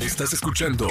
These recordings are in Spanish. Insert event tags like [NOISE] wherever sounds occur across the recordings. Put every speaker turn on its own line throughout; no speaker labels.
Estás escuchando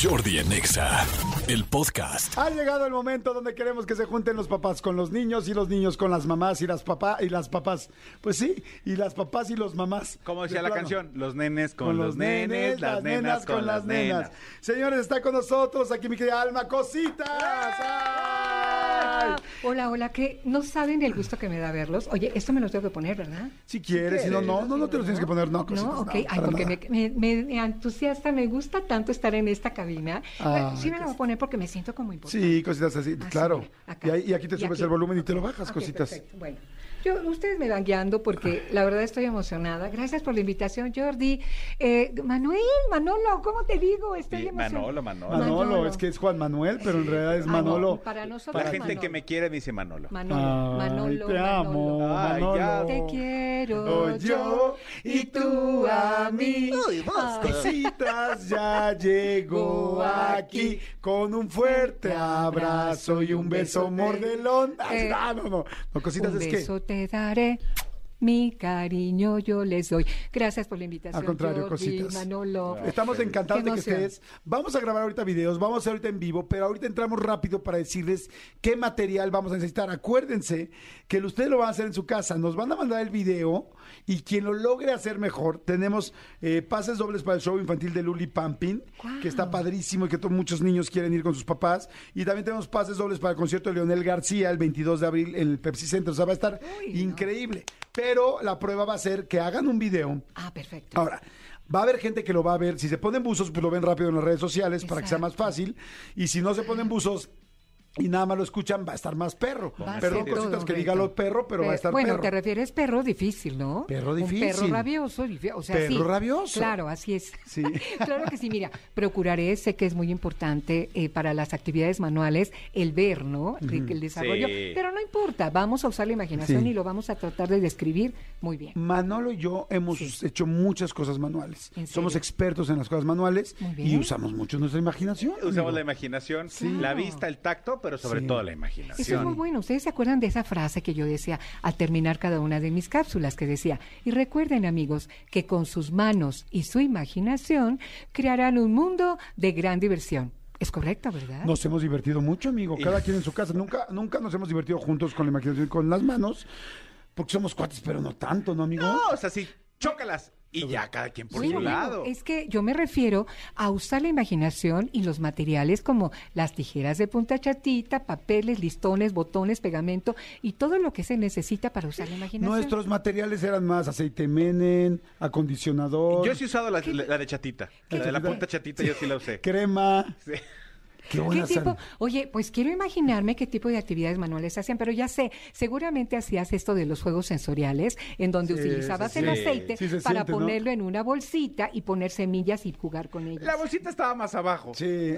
Jordi en EXA, el podcast.
Ha llegado el momento donde queremos que se junten los papás con los niños y los niños con las mamás y las papás y las papás. Pues sí, y las papás y los mamás.
Como
De
decía la
plano.
canción, los nenes con, los nenes, las nenas, con, las nenas.
Señores, está con nosotros aquí mi querida Alma Cositas. ¡Ay!
Hola, hola, que no saben el gusto que me da verlos. Oye, esto me los tengo que poner, ¿verdad?
Si quieres, si no, no, no, no te lo tienes que poner, no, Cositas.
no, ok, ay,
para
porque me,
nada.
me- me entusiasta, me gusta tanto estar en esta cabina.
Ah,
sí me
qué
la voy a poner porque me siento como importante.
Sí, Cositas así,
Así,
claro.
Ah, acá.
Y, ahí- y aquí te subes el volumen y te lo bajas,
Ok,
Cositas.
perfecto. Bueno, yo, ustedes me van guiando porque la verdad estoy emocionada. Gracias por la invitación, Jordi. Eh, Manuel, Manolo, ¿cómo te digo? Estoy
Mi-
emocionada.
Manolo, Manolo.
Manolo, es que es Juan Manuel, pero en realidad es
Ah, no,
Manolo.
para nosotros
La gente
Manolo.
que me quiere me dice Manolo.
Manolo,
Ay,
Manolo,
te
Manolo.
amo,
Ay, ya.
Manolo.
Te
Oh,
quiero
yo y tú a mí.
basta.
Cositas ya llegó aquí con un fuerte abrazo y un beso mordelón. Ay,
Eh,
ah, no, no, no, cositas
Un
es
beso
que.
te daré. Mi cariño yo les doy. Gracias por la invitación.
Al contrario,
Jordi,
cositas. Ah.
Manolo.
Estamos encantados
Qué
de que
emoción.
estés. Vamos a grabar ahorita videos, vamos a hacer ahorita en vivo, pero ahorita entramos rápido para decirles qué material vamos a necesitar. Acuérdense que ustedes lo van a hacer en su casa, nos van a mandar el video y quien lo logre hacer mejor, tenemos eh, pases dobles para el show infantil de Luli Pampin,
Guau.
que está padrísimo y que to- muchos niños quieren ir con sus papás. Y también tenemos pases dobles para el concierto de Leonel García el 22 de abril en el Pepsi Center. O sea, va a estar
Uy, no.
increíble. Pero la prueba va a ser que hagan un video.
Ah, perfecto.
Ahora, va a haber gente que lo va a ver. Si se ponen buzos, pues lo ven rápido en las redes sociales para que sea más
Exacto.
fácil. Y si no se ponen buzos y nada más lo escuchan, va a estar más perro.
Va a
Perdón,
ser todo
cositas
un
que
reto.
diga lo perro, pero va a estar
bueno,
perro.
te refieres perro difícil, ¿no?
Perro
Un
difícil.
perro rabioso. difi- O sea,
Perro
sí.
rabioso.
Claro, así es.
Sí.
[LAUGHS] claro que sí, mira, procuraré, sé que es muy importante eh, para las actividades manuales el ver, ¿no? El, el desarrollo.
Sí.
Pero no importa, vamos a usar la imaginación
Sí.
y lo vamos a tratar de describir muy bien.
Manolo y yo hemos
Sí.
hecho muchas cosas manuales.
¿En serio?
Somos expertos en las cosas manuales
Muy bien.
y usamos mucho nuestra imaginación. amigo.
Usamos la imaginación, la
Claro.
vista, el tacto, pero sobre
Sí.
todo la
Eso es muy
imaginación.
bueno. ¿Ustedes se acuerdan de esa frase que yo decía al terminar cada una de mis cápsulas? Que decía, y recuerden amigos, que con sus manos y su imaginación crearán un mundo de gran diversión. Es correcto, ¿verdad?
Nos hemos divertido mucho, amigo. Cada quien en su casa. Nunca, nunca nos hemos divertido juntos con la imaginación y con las manos. Porque somos cuates, pero no tanto, ¿no, amigo?
No, o sea, sí, chócalas y ya cada quien por
Sí,
su
amigo,
lado.
Es que yo me refiero a usar la imaginación y los materiales como las tijeras de punta chatita, papeles, listones, botones, pegamento y todo lo que se necesita para usar la imaginación.
Nuestros materiales eran más aceite menen, acondicionador,
Yo sí he usado la, la de chatita,
¿Qué?
la de la punta chatita, yo sí la usé.
crema.
Sí.
Qué
¿Qué
buena
tipo?
sal.
Oye, pues quiero imaginarme qué tipo de actividades manuales hacían, pero ya sé, seguramente hacías esto de los juegos sensoriales, en donde
Sí,
utilizabas
sí,
el
sí.
aceite
Sí se
para
siente, ¿no?
ponerlo en una bolsita y poner semillas y jugar con ellas.
La bolsita estaba más abajo.
Sí.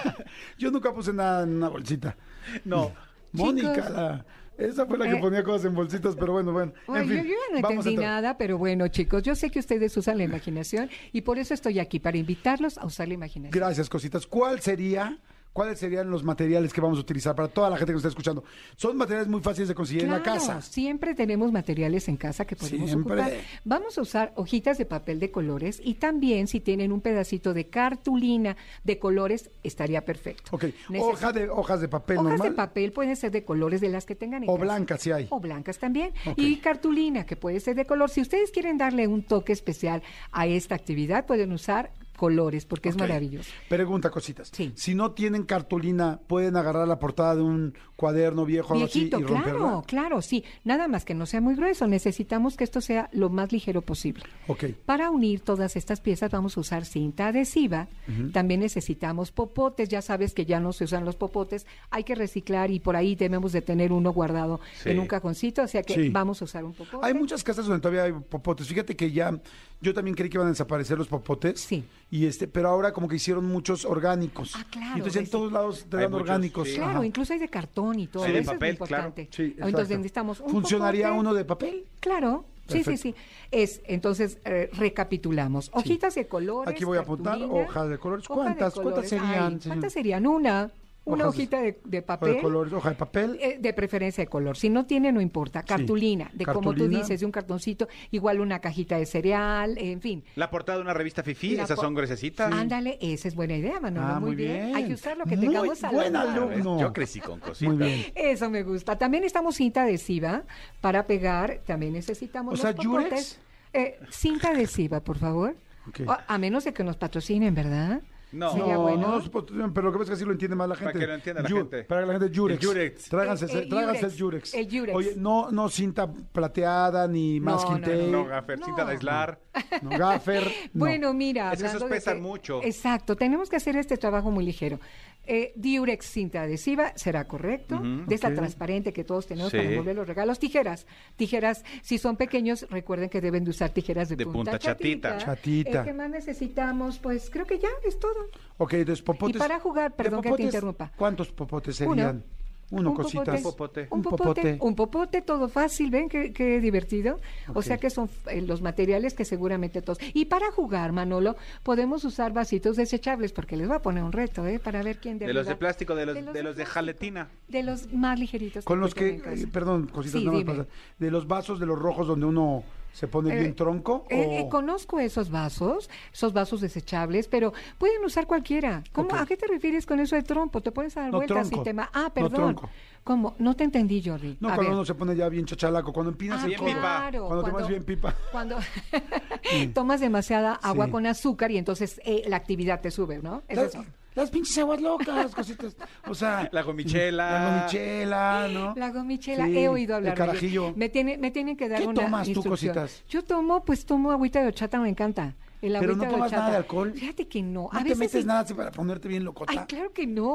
[LAUGHS] Yo nunca puse nada en una bolsita.
No.
Mónica,
Chicos.
la- esa fue la que
Eh.
ponía cosas en bolsitas, pero bueno, bueno.
Bueno,
en
yo,
fin,
yo ya no
vamos a
entendí
entrar.
nada, pero bueno, chicos, yo sé que ustedes usan la imaginación y por eso estoy aquí, para invitarlos a usar la imaginación.
Gracias, cositas. ¿Cuál sería? ¿Cuáles serían los materiales que vamos a utilizar para toda la gente que nos está escuchando? Son materiales muy fáciles de conseguir en la
Claro,
casa.
Siempre tenemos materiales en casa que podemos
Siempre.
ocupar. Vamos a usar hojitas de papel de colores y también si tienen un pedacito de cartulina de colores estaría perfecto.
Ok,
Neces-
hoja de, hojas de papel
Hojas
normal.
de papel pueden ser de colores de las que tengan en
O
casa.
blancas, si hay.
O blancas también.
Ok.
Y cartulina, que puede ser de color. Si ustedes quieren darle un toque especial a esta actividad, pueden usar colores, porque
Ok.
es maravilloso.
Pregunta cositas.
Sí.
Si no tienen cartulina, pueden agarrar la portada de un cuaderno viejo algo así,
Viejito,
y romperla.
claro, claro, sí. Nada más que no sea muy grueso. Necesitamos que esto sea lo más ligero posible.
Ok.
Para unir todas estas piezas vamos a usar cinta adhesiva. También necesitamos popotes. Ya sabes que ya no se usan los popotes. Hay que reciclar y por ahí debemos de tener uno guardado
Sí.
en un cajoncito. O sea que
Sí.
vamos a usar un popote.
Hay muchas casas donde todavía hay popotes. Fíjate que ya yo también creí que iban a desaparecer los popotes.
Sí.
Y este, pero ahora como que hicieron muchos orgánicos.
Ah, claro,
Y entonces en
ese-
todos lados te
Hay
dan
muchos,
orgánicos.
sí.
Claro,
Ajá.
incluso hay de cartón y todo.
Hay de
Eso
papel,
es muy importante.
claro.
Sí, exacto.
Entonces necesitamos un
¿Funcionaría
popote.
uno de papel?
Claro, sí,
Perfecto.
sí, sí. Es, entonces, eh, recapitulamos. Hojitas de colores.
Aquí voy a apuntar
cartulina,
hojas de colores.
hoja de
¿Cuántas? ¿Cuántas
colores?
serían,
Ay,
señora?
¿Cuántas serían? Una. una
Hojas de-
hojita de, de
O de
papel.
colores, hoja de papel.
eh, de preferencia de color. Si no tiene, no importa. Cartulina, de como tú
Cartulina.
dices, de un cartoncito, igual una cajita de cereal, en fin.
La portada de una revista Fifi,
La
esas
po-
son gruesecitas.
Ándale, esa es buena idea, Manolo.
Ah,
muy
muy
bien.
bien.
Hay que usar lo que
Muy
tengamos a la
buen
mano.
Ah, ¿ves?
alumno.
Yo crecí con cositas.
Muy bien.
Eso me gusta. También necesitamos cinta adhesiva para pegar. También necesitamos.
O sea,
los
¿Yurex?
popotes. Eh, cinta adhesiva, por favor.
Ok.
O- a menos de que nos patrocinen, ¿verdad?
No.
Sería bueno.
no, es posible, pero lo que pasa es que así lo entiende más la gente.
Para que lo entienda la
Yu-
gente.
Para que la gente Jurex.
El Yurex.
Tráiganse,
El- el
tráiganse
Eh, Yurex.
el Jurex.
El Yurex.
Oye, no, no cinta plateada ni
No,
más masking
no,
tape,
No, gaffer,
No.
cinta de aislar.
no
[LAUGHS]
gaffer. no.
Bueno, mira.
Es que esos
hablando de
pesan mucho.
Exacto, tenemos que hacer este trabajo muy ligero. Eh, diurex cinta adhesiva, será correcto. de esa
ok.
transparente que todos tenemos para
Sí.
envolver los regalos. Tijeras. Tijeras, si son pequeños, recuerden que deben de usar tijeras de,
De punta chatita.
Chatita.
Eh, ¿Qué más necesitamos? Pues creo que ya es todo.
Ok, entonces popotes.
Y para jugar,
¿De
perdón que te
popotes?
interrumpa.
¿Cuántos popotes serían? Uno,
Un
cositas.
popote,
Un
Un popote. Un popote, todo fácil, ¿ven? Qué, qué divertido. O
Ok.
sea que son eh, los materiales que seguramente todos. Y para jugar, Manolo, podemos usar vasitos desechables, porque les voy a poner un reto, ¿eh? Para ver quién
De los de
verdad-
plástico, de los de, los de
plástico.
jaletina.
De los más ligeritos.
Con los que,
tienen en casa.
eh, perdón, cositas
Sí,
no me
dime.
pasan. De los vasos de los rojos donde uno se pone
Eh,
bien tronco.
eh,
o-
eh, conozco esos vasos, esos vasos desechables, pero pueden usar cualquiera. ¿Cómo,
Ok.
¿A qué te refieres con eso de trompo? Te puedes dar
No,
vueltas y
tronco.
te ma- Ah,
No,
perdón.
tronco.
¿Cómo? No te entendí, Jordi.
No,
A
cuando
ver.
uno se pone ya bien chachalaco, cuando empinas
Ah,
el
bien pipa.
claro,
Cuando tomas bien pipa.
Cuando tomas demasiada agua
Sí.
con azúcar y entonces eh, la actividad te sube, ¿no? [LAUGHS] Eso
Las,
sí.
las pinches aguas locas, cositas. O sea,
La gomichela.
La gomichela, ¿no?
La gomichela,
Sí,
he oído hablar.
El
de ella.
carajillo.
Me, tiene, me tienen que dar
¿Qué
una
tomas tú,
instrucción.
cositas?
Yo tomo, pues tomo agüita de horchata, me encanta. El
Pero
agüita
no
de
tomas nada de
horchata.
alcohol.
Fíjate que no.
No
a
te
veces
metes
sí.
nada así para ponerte bien locota.
Ay, claro que no.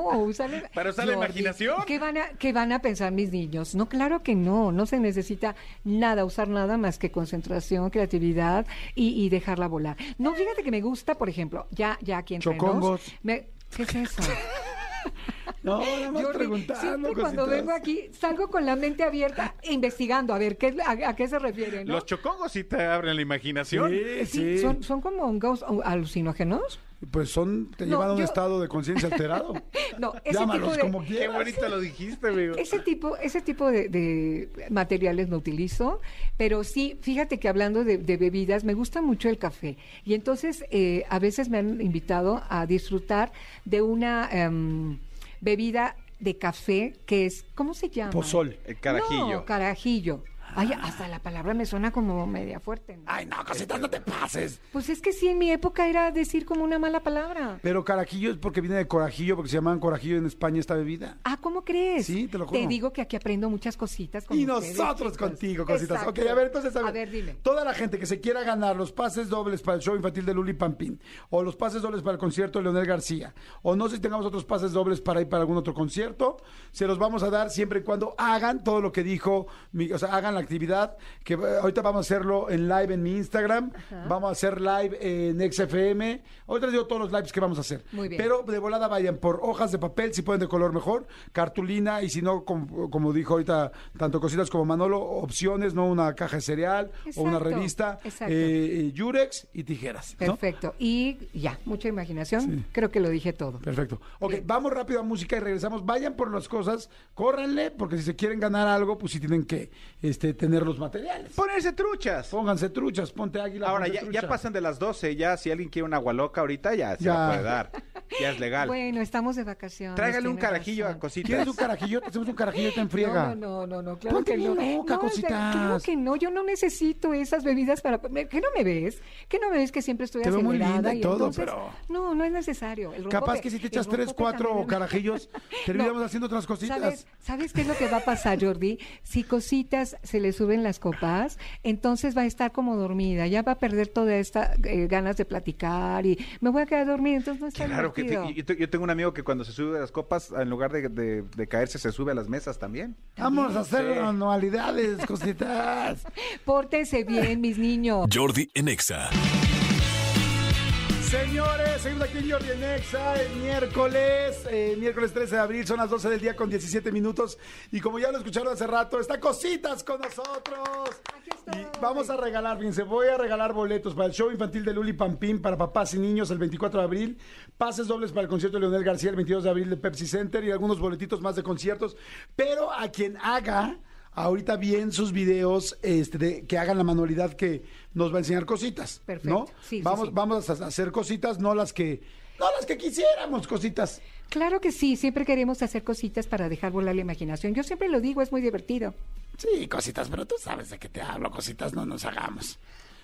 [LAUGHS]
usar la-
Para usar la
Jordi,
imaginación.
¿Qué van, a, ¿Qué van a pensar mis niños? No, claro que no. No se necesita nada, usar nada más que concentración, creatividad y, y dejarla volar. No, fíjate que me gusta, por ejemplo, ya, ya aquí entre nos,
Chocongos.
me- ¿Qué
[LAUGHS]
es eso? [LAUGHS]
No, nada más
Jordi,
preguntando.
siempre cuando
cositas.
vengo aquí salgo con la mente abierta e investigando a ver qué, a, a qué se refiere, ¿no? Eh,
Los chocongos sí te abren la imaginación.
Sí,
Sí,
sí.
Son, son como hongos o- alucinógenos.
Pues son, te
No,
llevan a un
yo-
estado de conciencia alterado.
[LAUGHS] No, ese
Llámalos
tipo de-
como
Qué
quieras.
bonito lo dijiste, amigo.
Ese tipo, ese tipo de, de materiales no utilizo, pero sí, fíjate que hablando de, de bebidas, me gusta mucho el café. Y entonces eh, a veces me han invitado a disfrutar de una em, bebida de café que es, ¿cómo se llama?
Pozol.
El carajillo.
No, carajillo. Ay, hasta la palabra me suena como media fuerte. ¿no?
Ay, no, cositas, no te pases.
Pues es que sí, en mi época era decir como una mala palabra.
Pero carajillo es porque viene de corajillo, porque se llamaban corajillo en España esta bebida.
Ah, ¿cómo crees?
Sí, te lo juro.
Te digo que aquí aprendo muchas cositas con
Y
ustedes,
nosotros
chicos.
contigo, cositas.
Exacto.
Ok, a ver, entonces, a ver,
dime.
Toda la gente que se quiera ganar los pases dobles para el show infantil de Luli Pampín, o los pases dobles para el concierto de Leonel García, o no sé si tengamos otros pases dobles para ir para algún otro concierto, se los vamos a dar siempre y cuando hagan todo lo que dijo, mi- o sea, hagan la actividad, que eh, ahorita vamos a hacerlo en live en mi Instagram, vamos a hacer live en XFM, ahorita les digo todos los lives que vamos a hacer.
Muy bien.
Pero de volada vayan por hojas de papel, si pueden de color mejor, cartulina y si no, com- como, dijo ahorita tanto Cositas como Manolo, opciones, no una caja de cereal o una
Exacto,
revista,
exacto.
eh, eh, yurex y tijeras. ¿no?
Perfecto. Y ya, mucha imaginación.
Sí.
Creo que lo dije todo.
Perfecto. Ok,
Bien.
vamos rápido a música y regresamos. Vayan por las cosas, córranle, porque si se quieren ganar algo, pues sí tienen que este, tener los materiales.
Ponerse truchas.
Pónganse truchas, ponte águila.
Ahora,
ponte
ya, ya
trucha.
pasan de las 12, ya si alguien quiere una agua loca ahorita, ya se
Ya.
la puede dar. Ya es legal.
Bueno, estamos de
[LAUGHS]
vacaciones.
Tráigale un
tiene
carajillo
razón.
a cositas.
¿Quieres un carajillo? Hacemos un carajillo te enfriega.
[LAUGHS] No, no, no, no, claro
Ponte
que no.
bien loca,
No, o sea, Claro
cositas.
que no, yo no necesito esas bebidas para... ¿Qué no me ves? ¿Qué no me ves que siempre estoy
Te veo muy
acelerada?
linda y todo,
entonces-
pero-
No, no es necesario. El
Capaz
rompope-
que si te
el
echas tres,
rompope
cuatro
también-
carajillos, terminamos haciendo otras cositas.
¿Sabes, ¿Sabes qué es lo que va a pasar, Jordi? Si cositas se le suben las copas, entonces va a estar como dormida, ya va a perder toda esta eh, ganas de platicar y me voy a quedar dormida, entonces no está
Claro que te-
divertido.
yo, te- yo tengo un amigo que cuando se sube a las copas, en lugar de, de- de caerse, se sube a las mesas también.
Vamos a hacer
Sí.
anualidades, cositas.
Pórtense bien, mis niños.
Jordi en Exa.
Señores, seguimos aquí en Jordi en Exa, el miércoles, eh, miércoles 13 de abril, son las 12 del día con 17 minutos. Y como ya lo escucharon hace rato, está Cositas con nosotros.
Aquí estoy.
Y vamos a regalar, fíjense, voy a regalar boletos para el show infantil de Luli Pampín para papás y niños el 24 de abril, pases dobles para el concierto de Leonel García el 22 de abril de Pepsi Center y algunos boletitos más de conciertos. Pero a quien haga ahorita bien sus videos, este, de- que hagan la manualidad que nos va a enseñar cositas.
Perfecto.
¿no?
Sí, sí,
vamos,
sí.
vamos a hacer cositas, no las que, no las que quisiéramos, cositas.
Claro que sí, siempre queremos hacer cositas para dejar volar la imaginación. Yo siempre lo digo, es muy divertido.
Sí, cositas, pero tú sabes de qué te hablo, cositas no nos hagamos.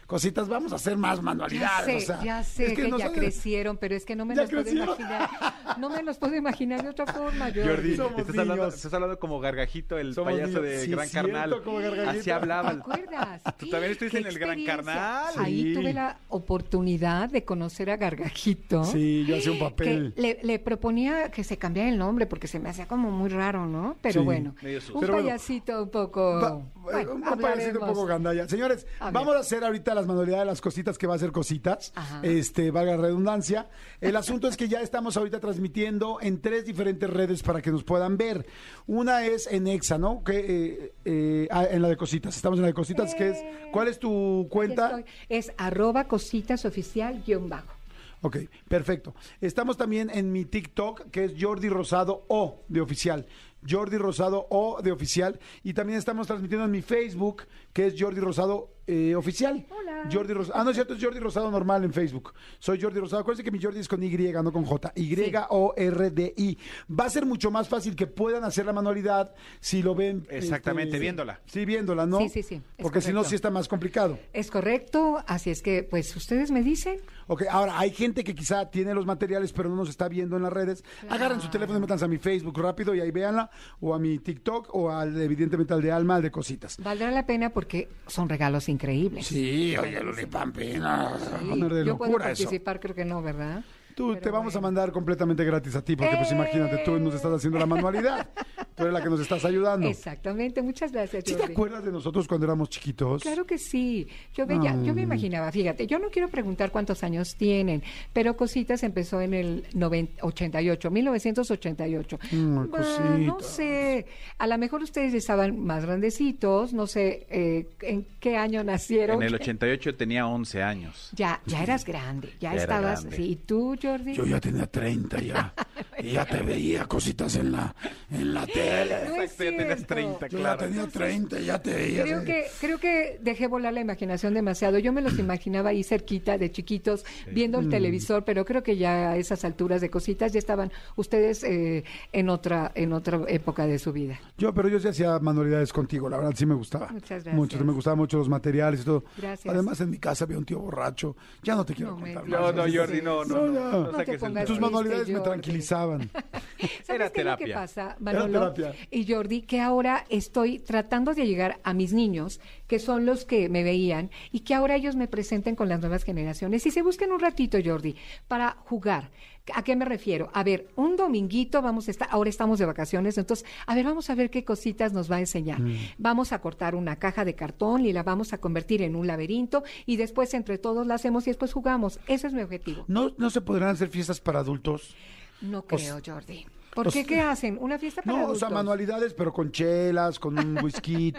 Cositas, vamos a hacer más
Ya
manualidades.
sé,
o sea,
ya sé
es
que,
nos
ya
han-
crecieron, pero es que no me
Ya
los puedo
crecieron.
imaginar. No me los puedo imaginar de otra
[LAUGHS]
forma,
Jordi,
Jordi.
Somos
estás hablando,
niños.
estás hablando como Gargajito, el
Somos
payaso
niños.
de
Sí,
Gran
cierto,
Carnal.
como Gargajito.
Así
¿Te
hablaba.
[LAUGHS]
acuerdas?
[LAUGHS] Tú también estuviste
¡Qué
en el Gran
experiencia!
Carnal.
Ahí
Sí.
tuve la oportunidad de conocer a Gargajito.
Sí, yo hacía un papel.
Que le, le proponía que se cambiara el nombre porque se me hacía como muy raro, ¿no? Pero
Sí.
bueno,
Medio sucio.
un
Pero bueno,
payasito un poco.
Va- eh,
bueno,
un poco parecido, un poco
hablaremos.
gandalla. Señores,
A ver.
vamos a hacer ahorita las manualidades, las cositas que va a hacer cositas.
Ajá.
Este, valga la redundancia. El asunto es que ya estamos ahorita transmitiendo en tres diferentes redes para que nos puedan ver. Una es en Exa, ¿no? Que, eh, eh, ah, en la de cositas. Estamos en la de cositas, que es.
Eh.
¿Cuál es tu
Aquí
cuenta?
estoy. Es arroba cositas oficial guión bajo.
Ok, perfecto. Estamos también en mi TikTok, que es Jordi Rosado O de oficial. Jordi Rosado O de oficial. Y también estamos transmitiendo en mi Facebook, que es Jordi Rosado eh, oficial.
Hola.
Jordi Ros- Ah, no es cierto, es Jordi Rosado normal en Facebook. Soy Jordi Rosado. Acuérdense que mi Jordi es con Y, no con J. Y-O-R-D-I. Va a ser mucho más fácil que puedan hacer la manualidad si lo ven. este,
Exactamente, viéndola.
Sí, viéndola, ¿no?
Sí, sí, sí, es
Porque si no,
correcto.
sí está más complicado.
Es correcto, así es que, pues, ustedes me dicen.
Ok, ahora hay gente que quizá tiene los materiales pero no nos está viendo en las redes. Agarren su teléfono y métanse a mi Facebook rápido y ahí véanla, o a mi TikTok, o al evidentemente al de Alma, al de Cositas.
Valdrá la pena porque son regalos increíbles.
Sí, oye, Luli Pampina, se va a
Sí,
poner de
yo puedo
locura eso.
participar, creo que no, ¿verdad?
Tú
Pero
te vamos a
bueno.
mandar completamente gratis a ti, porque pues
¡Eh!
imagínate, tú nos estás haciendo la manualidad. Tú eres la que nos estás ayudando.
Exactamente, muchas gracias.
¿Sí te
Jordi.
acuerdas de nosotros cuando éramos chiquitos?
Claro que sí. Yo veía, yo
Mm.
me imaginaba, fíjate, yo no quiero preguntar cuántos años tienen, pero Cositas empezó en el 90 88, 1988.
Mm,
Bah, Ah, no
Cositas.
sé, a lo mejor ustedes estaban más grandecitos, no sé eh, en qué año nacieron.
En
[LAUGHS]
el 88 tenía 11 años.
Ya, ya eras grande,
Ya
ya,
era
estabas.
grande.
sí, ¿Y tú, Jordi?
Yo ya tenía 30
[LAUGHS]
ya. Y ya te veía cositas en la, en la tele.
No es
Exacto, ya tenías
cierto.
30,
Yo ya
claro.
tenía 30, ya te veía.
Creo que, creo que dejé volar la imaginación demasiado. Yo me los imaginaba ahí cerquita de chiquitos, viendo el televisor, pero creo que ya a esas alturas de cositas ya estaban ustedes eh, en otra, en otra época de su vida.
Yo, pero yo sí hacía manualidades contigo, la verdad sí me gustaba.
Muchas gracias.
Mucho, me gustaban mucho los materiales y todo.
Gracias.
Además, en mi casa había un tío borracho. Ya no te quiero
No me
contar
digas.
más.
No, no,
Jordi, no, no,
No,
no.
no.
No
No
saques
te
el
pongas
tema.
Tus manualidades
Triste,
me
Jordi. [LAUGHS]
tranquilizaban.
¿Sabes
Era
qué es lo que
terapia.
pasa,
Era
Manolo
terapia.
y Jordi? Que ahora estoy tratando de llegar a mis niños, que son los que me veían, y que ahora ellos me presenten con las nuevas generaciones. Y se busquen un ratito, Jordi, para jugar. ¿A qué me refiero? A ver, un dominguito vamos a estar, ahora estamos de vacaciones, entonces, a ver, vamos a ver qué cositas nos va a enseñar.
Mm.
Vamos a cortar una caja de cartón y la vamos a convertir en un laberinto y después entre todos la hacemos y después jugamos. Ese es mi objetivo.
¿No, ¿No se podrán hacer fiestas para adultos?
No
Os-
creo, Jordi. ¿Por
os-
qué qué hacen? ¿Una fiesta para
Pues No, o
adultos?
sea, manualidades, pero con chelas, con un
[LAUGHS]
whisky,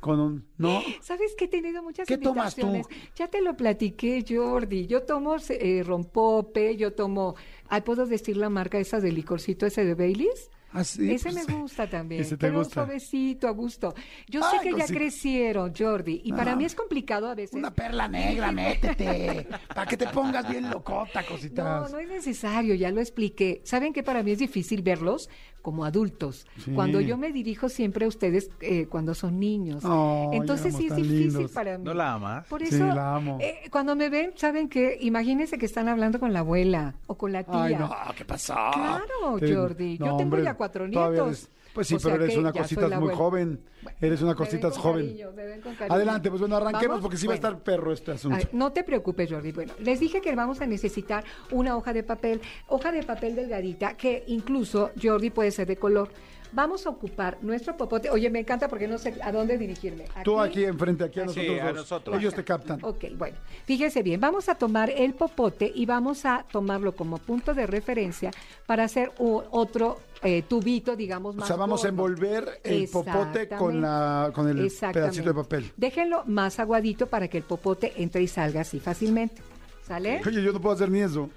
con un...
[GASPS]
¿No?
¿Sabes que he tenido muchas
¿Qué tomas tú?
invitaciones? Ya te lo platiqué, Jordi. Yo tomo eh, rompope, yo tomo... Ay, ¿Puedo decir la marca esa de licorcito ese de Baileys?
Así,
ese
pues,
me gusta también,
ese te
pero
gusta.
suavecito, a gusto. Yo
Ay,
sé que ya
cosita.
crecieron, Jordi, y para
Ah.
mí es complicado a veces.
Una perla negra, métete. Para que te pongas bien locota,
No,
cositas.
no es necesario, ya lo expliqué. Saben que para mí es difícil verlos como adultos. Cuando yo me dirijo siempre a ustedes eh, cuando son niños.
Oh, ya
Entonces
éramos
sí es
tan
difícil
lindos.
para mí.
¿No la amas?
Por
Sí,
eso,
la amo.
eh, cuando me ven, saben que imagínense que están hablando con la abuela o con la tía.
Ay, no, ¿qué pasó?
Claro,
Te- no,
Jordi. Yo tengo
hombre,
ya cuatro
todavía
nietos.
eres- pues sí,
O
pero
sea
eres
que
una
ya soy
cositas
la
muy
abuela.
joven.
Bueno,
eres una
me ven
cositas
con
joven.
cariño, me ven con cariño.
Adelante, pues bueno, arranquemos
¿Vamos?
porque sí va a
Bueno.
estar perro este asunto.
Ay, no te preocupes, Jordi. Bueno, les dije que vamos a necesitar una hoja de papel, hoja de papel delgadita, que incluso, Jordi, puede ser de color. Vamos a ocupar nuestro popote. Oye, me encanta porque no sé a dónde dirigirme.
Tú aquí enfrente, aquí a
Sí,
nosotros.
a
dos.
nosotros.
Ellos te captan.
Ok, bueno, fíjese bien, vamos a tomar el popote y vamos a tomarlo como punto de referencia para hacer u- otro eh, tubito, digamos,
O
más
sea, vamos a
gordo.
envolver el popote con la- con el
Exactamente.
pedacito de papel.
Déjenlo más aguadito para que el popote entre y salga así fácilmente. ¿Sale?
Oye, yo no puedo hacer ni eso.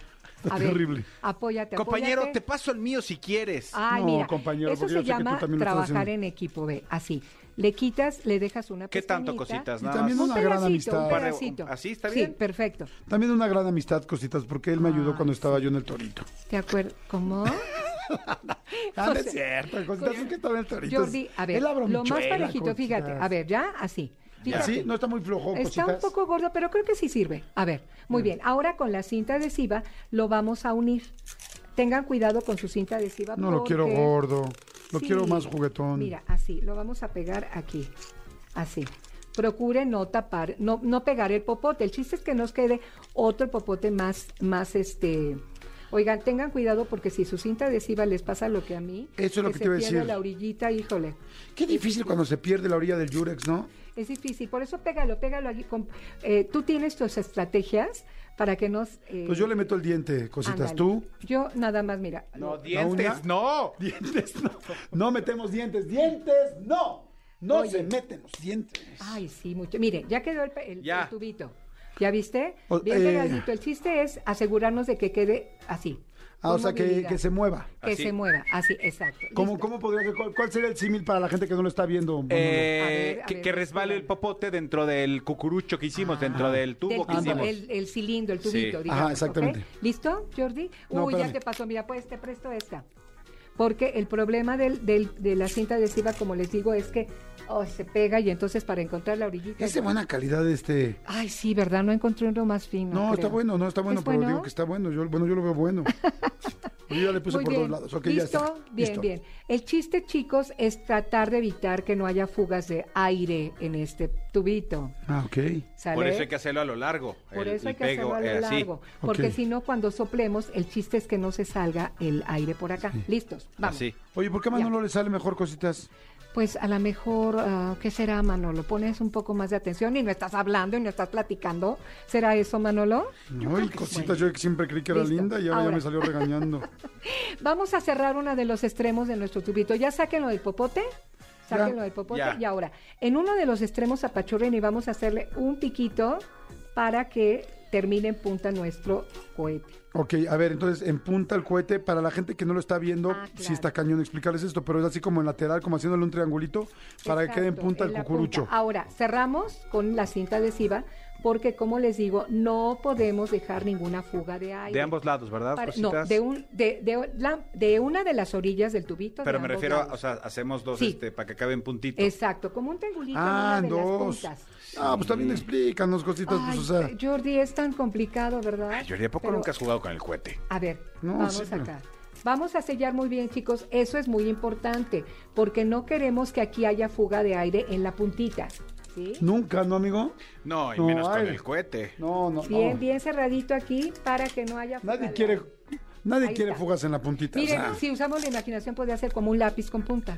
Está [LAUGHS]
A ver,
terrible.
apóyate,
Compañero,
apóyate.
te paso el mío si quieres.
Ay,
No,
mira,
compañero,
eso
porque yo
se
sé que tú
llama
también lo estás
trabajar en
haciendo.
equipo, ve, así. Le quitas, le dejas una
¿Qué tanto
pestañita,
cositas?
Y
Nada
también
más.
una gran amistad.
Un
Para-
pedacito.
¿así está
Sí,
bien?
perfecto.
También una gran amistad, cositas, porque él me ayudó
Ay,
cuando estaba yo en el
[LAUGHS]
torito.
¿Te acuerdas?
[LAUGHS]
¿Cómo?
Ah,
O
no es
sea,
cierto, cositas
Jordi,
que estaba en el torito.
Jordi, a ver,
Él abro
lo más
michuela,
parejito,
cositas.
fíjate. A ver, ya, así. Fíjate.
¿Sí? ¿No está muy flojo,
Está
cositas? Ah.
un poco gordo, pero creo que sí sirve. A ver, muy bien. Ahora con la cinta adhesiva lo vamos a unir. Tengan cuidado con su cinta adhesiva.
No lo quiero
porque-
gordo. Lo
Ah, Sí.
quiero más juguetón.
Mira, así, lo vamos a pegar aquí. Así. Procure no tapar, no, no pegar el popote. El chiste es que nos quede otro popote más, más este. Oigan, tengan cuidado porque si su cinta adhesiva les pasa lo que a mí,
Eso es lo que
se
te iba a
pierde
decir.
la orillita, híjole.
Qué difícil cuando se pierde la orilla del Yurex, ¿no?
Es difícil, por eso pégalo, pégalo aquí. con- eh, tú tienes tus estrategias para que nos. eh,
Pues yo le meto el diente, cositas.
ándale.
¿Tú? [LAUGHS]
Yo nada más, mira.
No,
lo-
uña?
dientes, no.
Dientes, no. No metemos dientes. Dientes, no. No
Oye.
se meten los dientes.
Ay, sí, mucho. Mire, ya quedó el, pe- el-
Ya.
el tubito. ¿Ya viste?
O-
Bien
eh.
pegadito. El chiste es asegurarnos de que quede así.
Ah, o
con
sea, que,
movilidad.
que se mueva.
Que
Así.
se mueva, así, exacto.
¿Cómo,
Listo.
cómo podría ser? ¿Cuál, cuál sería el símil para la gente que no lo está viendo?
Eh,
A ver, a
que,
ver,
que resbale el
espérame. Ah.
popote dentro del cucurucho que hicimos, dentro del
Del
tubo que
tubo,
hicimos.
el, el cilindro, el
Sí.
tubito,
Ajá,
digamos. ¿ok?
exactamente.
¿Listo, Jordi?
No,
Uy, ya
espérame.
te pasó. Mira, pues te presto esta. Porque el problema del, del- de la cinta adhesiva, como les digo, es que oh, se pega y entonces para encontrar la orillita.
Es de buena calidad este.
Ay, sí, ¿verdad? No encontré uno más fino.
No, está
creo.
bueno, no está bueno,
¿Es
pero digo que está bueno. Yo, bueno, yo lo veo
[LAUGHS]
bueno. Yo ya le puse
Muy
por
bien.
dos lados. Ok, ya
¿Listo?
está.
Bien,
Listo.
bien. El chiste, chicos, es tratar de evitar que no haya fugas de aire en este tubito.
Ah, ok.
¿Sale?
Por eso hay que hacerlo a lo largo.
Por
el-
eso hay
el
que
pego,
hacerlo a lo
eh, así.
largo. Porque
Ok.
si no, cuando soplemos, el chiste es que no se salga el aire por acá. ¿Listos? Vamos.
Así.
Oye, ¿por qué a
Ya.
Manolo le sale mejor cositas?
Pues a lo mejor, ah, ¿qué será, Manolo? Pones un poco más de atención y no estás hablando y no estás platicando. ¿Será eso, Manolo?
Ay, cositas, yo que siempre creí que era
Listo.
linda y ahora,
Ahora.
ya me salió
[LAUGHS]
regañando.
Vamos a cerrar uno de los extremos de nuestro tubito. Ya sáquenlo del popote.
Ya.
Sáquenlo del popote.
Ya.
Y ahora, en uno de los extremos apachurren y vamos a hacerle un piquito para que termine en punta nuestro cohete.
Ok, a ver, entonces en punta el cohete, para la gente que no lo está viendo,
Ah,
sí
claro.
está cañón explicarles esto, pero es así como en lateral, como haciéndole un triangulito, para que quede en
Exacto,
punta el
la
cucurucho.
punta. Ah, Ahora, cerramos con la cinta adhesiva porque, como les digo, no podemos dejar ninguna fuga de aire.
De ambos lados, ¿verdad?
Para- no,
cositas?
de, un, de, de la- de una de las orillas del tubito.
Pero
de
me
ambos
refiero, a,
lados.
o sea, hacemos dos
Sí.
este, para que acaben puntitos.
Exacto, como un triangulito
Ah,
en una de
dos.
las puntas.
Ah, pues también explícanos cositas,
Ay,
pues o sea.
Jordi, es tan complicado, ¿verdad?
Ay, Jordi, ¿a poco
Pero-
nunca has jugado con el cohete?
A ver,
No,
vamos
sí, pero-
acá. Vamos a sellar muy bien, chicos. Eso es muy importante, porque no queremos que aquí haya fuga de aire en la puntita. ¿sí?
Nunca, ¿no, amigo?
No, y
No,
menos
ay.
con el cohete.
No, no,
Bien,
no.
bien cerradito aquí para que no haya fuga
Nadie
de
quiere,
aire.
nadie
Ahí
quiere
está.
fugas en la puntita. o
Miren,
sea.
si usamos la imaginación, podría ser como un lápiz con punta.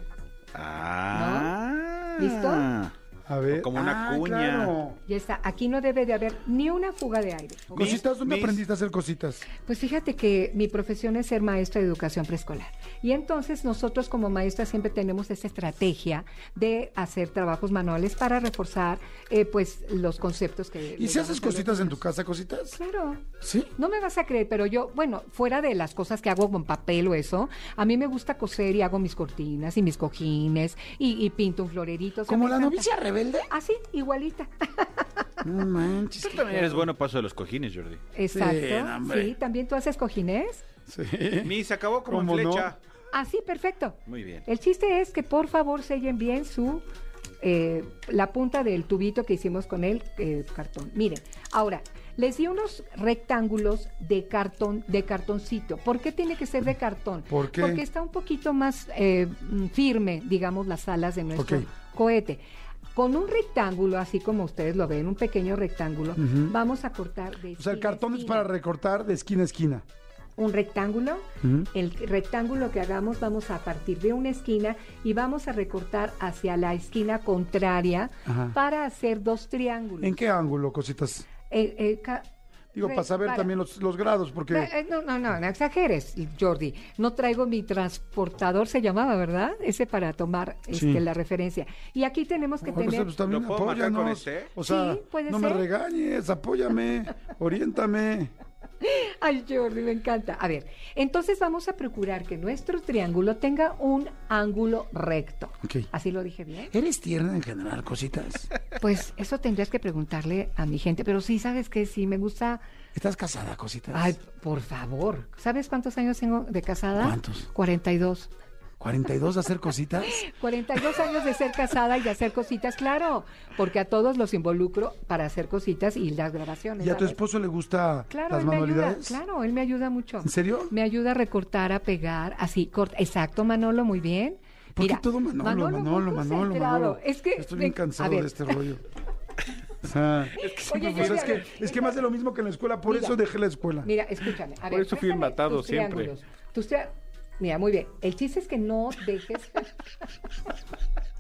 Ah.
¿Listo?
A ver.
como una
ah,
cuña.
claro.
Ya está. Aquí no debe de haber ni una fuga de aire. ¿ok?
Mis-
Cositas, ¿dónde
mis-
aprendiste a hacer cositas?
Pues fíjate que mi profesión es ser maestra de educación preescolar. Y entonces nosotros como maestras siempre tenemos esta estrategia de hacer trabajos manuales para reforzar eh, pues los conceptos que...
¿Y
les
si
damos
haces
a los
cositas en tu
niños.
casa, cositas?
Claro.
¿Sí?
No me vas a creer, pero yo, bueno, fuera de las cosas que hago con papel o eso, a mí me gusta coser y hago mis cortinas y mis cojines y, y pinto un florerito. o sea,
¿Como
me
la
encanta.
novicia rebelde?
Así, igualita.
No manches.
Tú también eres bueno paso de los cojines, Jordi.
no,
Exacto.
hombre.
Sí, también tú haces cojines.
Sí.
[LAUGHS]
Ni se acabó como
¿Cómo no?
flecha.
Así, perfecto.
Muy bien.
El chiste es que por favor sellen bien su eh, la punta del tubito que hicimos con el eh, cartón. Miren, ahora les di unos rectángulos de cartón, de cartoncito. ¿Por qué tiene que ser de cartón?
¿Por qué?
Porque está un poquito más eh, mm, firme, digamos, las alas de nuestro
Ok.
cohete. Con un rectángulo, así como ustedes lo ven, un pequeño rectángulo, vamos a cortar de
O sea, el
esquina a
cartón es
esquina.
para recortar de esquina a esquina.
un rectángulo. El rectángulo que hagamos vamos a partir de una esquina y vamos a recortar hacia la esquina contraria
Ajá.
para hacer dos triángulos.
¿En qué ángulo, cositas?
Eh, eh, ca-
Digo,
re-
para saber también los, los grados, porque...
Eh, eh, No, no, no, no exageres, Jordi. No traigo mi transportador, se llamaba, ¿verdad? Ese para tomar
Sí.
este, la referencia. Y aquí tenemos que
Oye, José,
tener...
pues también
¿Lo puedo marcar con
apóyanos.
este?
O sea,
Sí, puede
no me
ser.
regañes, apóyame,
[LAUGHS]
oriéntame.
Ay, Jordi, me encanta. A ver, entonces vamos a procurar que nuestro triángulo tenga un ángulo recto.
Ok.
¿Así lo dije bien?
¿Eres tierna en general, cositas?
Pues eso tendrías que preguntarle a mi gente, pero sí, ¿sabes que Sí, me gusta...
¿Estás casada, cositas?
Ay, por favor. ¿Sabes cuántos años tengo de casada?
¿Cuántos?
42.
42 de hacer
[LAUGHS]
cositas.
42 años de ser casada y de hacer cositas, claro, porque a todos los involucro para hacer cositas y las grabaciones.
¿Y a tu
¿sabes?
esposo le gusta
Claro,
las
él me ayuda,
manualidades?
claro, él me ayuda mucho.
¿En serio?
Me ayuda a recortar, a pegar, así, corta. Exacto, Manolo, muy bien.
¿Por qué todo Manolo, Manolo,
muy
Manolo, Manolo,
concentrado. Es que
Estoy bien
me-
cansado
a ver,
de este
[LAUGHS]
rollo. O sea,
Oye,
o sea,
Jordi,
es,
a ver,
que, es que más de lo mismo que en la escuela, por
Mira.
eso dejé la escuela.
Mira, escúchame. A
Por
ver,
eso fui
préstame
enlatado
tus
siempre.
triángulos. Tus tria- Mira, muy bien. El chiste es que no
[LAUGHS]
dejes.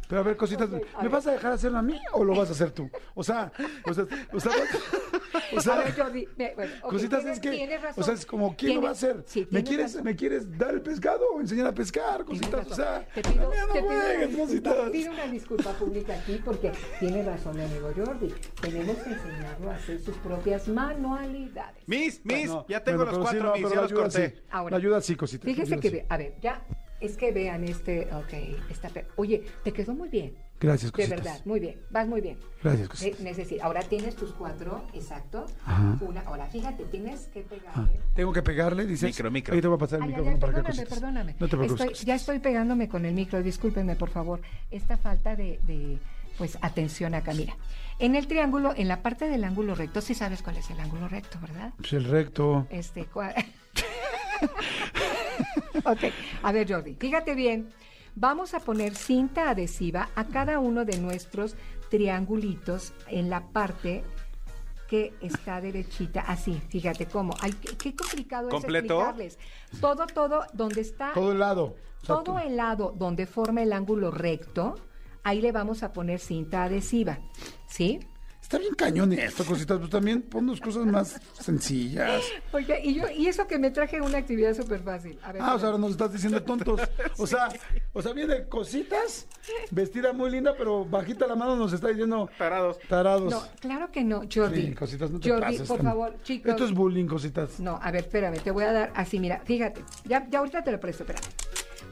Pero a ver, cositas,
Ok, a
¿me
ver.
vas a dejar hacerlo a mí o lo vas a hacer tú? O sea, o sea, o sea, vas- o sea,
pues, A ver, Jordi, mira, bueno, ok,
cositas
tienes-
es que,
tienes razón.
o sea, es como, ¿quién lo
Tienes-
va a hacer?
sí,
¿Me
tienes
quieres,
razón.
¿Me quieres dar el pescado o enseñar a pescar? Cositas, o
Tienes razón.
sea,
te pido,
no me
te pido una
juegues,
disculpa,
cositas.
pido una disculpa pública aquí porque tiene razón mi amigo Jordi. Tenemos que enseñarlo a hacer sus propias manualidades.
Mis, mis,
No,
ya tengo
bueno, pero
los
sí,
cuatro,
no,
mis,
pero
ya
la
los
ayuda
corté.
sí.
Ahora,
La ayuda sí, cositas. la
Fíjese
ayuda
que,
sí.
ve- a ver, ya, es que vean este, ok, está pe- Oye, te quedó muy bien.
Gracias,
De
cositas.
verdad, muy bien, vas muy bien.
Gracias,
Ne-
cositas.
necesi- ahora tienes tus cuatro, exacto.
Ajá.
Una, ahora fíjate, tienes que pegar. ¿eh?
Ah, Tengo que pegarle, dices.
Micro, micro.
Ahí te voy a pasar el
Ay, ay,
micrófono
ay,
para que
Ah, perdóname,
cositas.
perdóname.
No te preocupes.
Estoy- ya
cositas.
estoy pegándome con el micro, discúlpenme, por favor. Esta falta de, de, pues atención acá, mira. En el triángulo, en la parte del ángulo recto, sí sabes cuál es el ángulo recto, ¿verdad?
Pues el recto.
Este, cua- [LAUGHS] ok, a ver Jordi, fíjate bien. Vamos a poner cinta adhesiva a cada uno de nuestros triangulitos en la parte que está derechita, así, fíjate cómo. Ay, qué, qué complicado
¿Completo?
es explicarles. Todo, todo, donde está
Todo el lado.
todo
Exacto.
el lado donde forma el ángulo recto, ahí le vamos a poner cinta adhesiva, ¿sí?
Está bien cañón esto, cositas. Pues también ponnos cosas más sencillas.
Porque, y, yo, y eso que me traje una actividad súper fácil. A ver,
Ah, o sea,
espérame.
ahora nos estás diciendo tontos. O sea, o sea, viene cositas, vestida muy linda, pero bajita la mano nos está diciendo
Tarados.
tarados.
No, claro que no, Jordi.
Sí, cositas, no te
Jordi,
pases,
por
tan-
favor, chicos.
Esto es bullying, cositas.
No, a ver, espérame, te voy a dar así, mira, fíjate. Ya, ya ahorita te lo presto, espérame.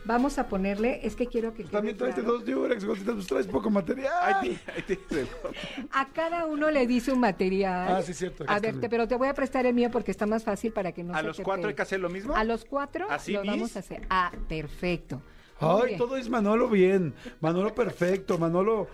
Vamos a ponerle, es que quiero que... quede
Pues También traes
claro.
dos diurex, cositas, pues traes poco material.
Ahí ti- ahí tienes el otro.
A cada uno le dice un material.
Ah, sí, cierto,
A
está
ver,
bien.
te- pero te voy a prestar el mío porque está más fácil para que no
¿A
se
los
te
cuatro
pegue.
hay que hacer lo mismo?
A los cuatro
¿Así,
lo
Miss?
vamos a hacer. Ah, perfecto. Muy
Ay,
bien.
todo es Manolo bien. Manolo perfecto. Manolo,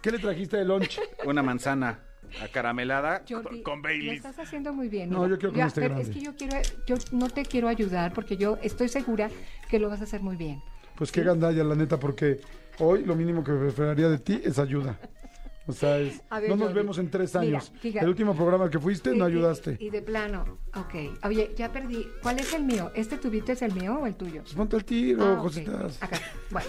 ¿qué le trajiste de lunch?
Una manzana acaramelada con,
Jordi,
con
Lo
Baileys.
estás haciendo muy bien.
No,
mira.
yo quiero que no esté
pero
grande.
Es que yo quiero, yo no te quiero ayudar porque yo estoy segura que lo vas a hacer muy bien.
Pues qué gandalla, la neta, porque hoy lo mínimo que preferiría de ti es ayuda. O sea, es-
A ver,
no nos
Jordi,
vemos en tres
mira,
años.
fíjate.
El último programa al que fuiste no
Y- y-
ayudaste.
Y, de plano, ok. Oye, ya perdí. ¿Cuál es el mío? ¿Este tubito es el mío o el tuyo?
Pues ponte al tiro,
Ah, ok.
cositas.
Acá. Bueno.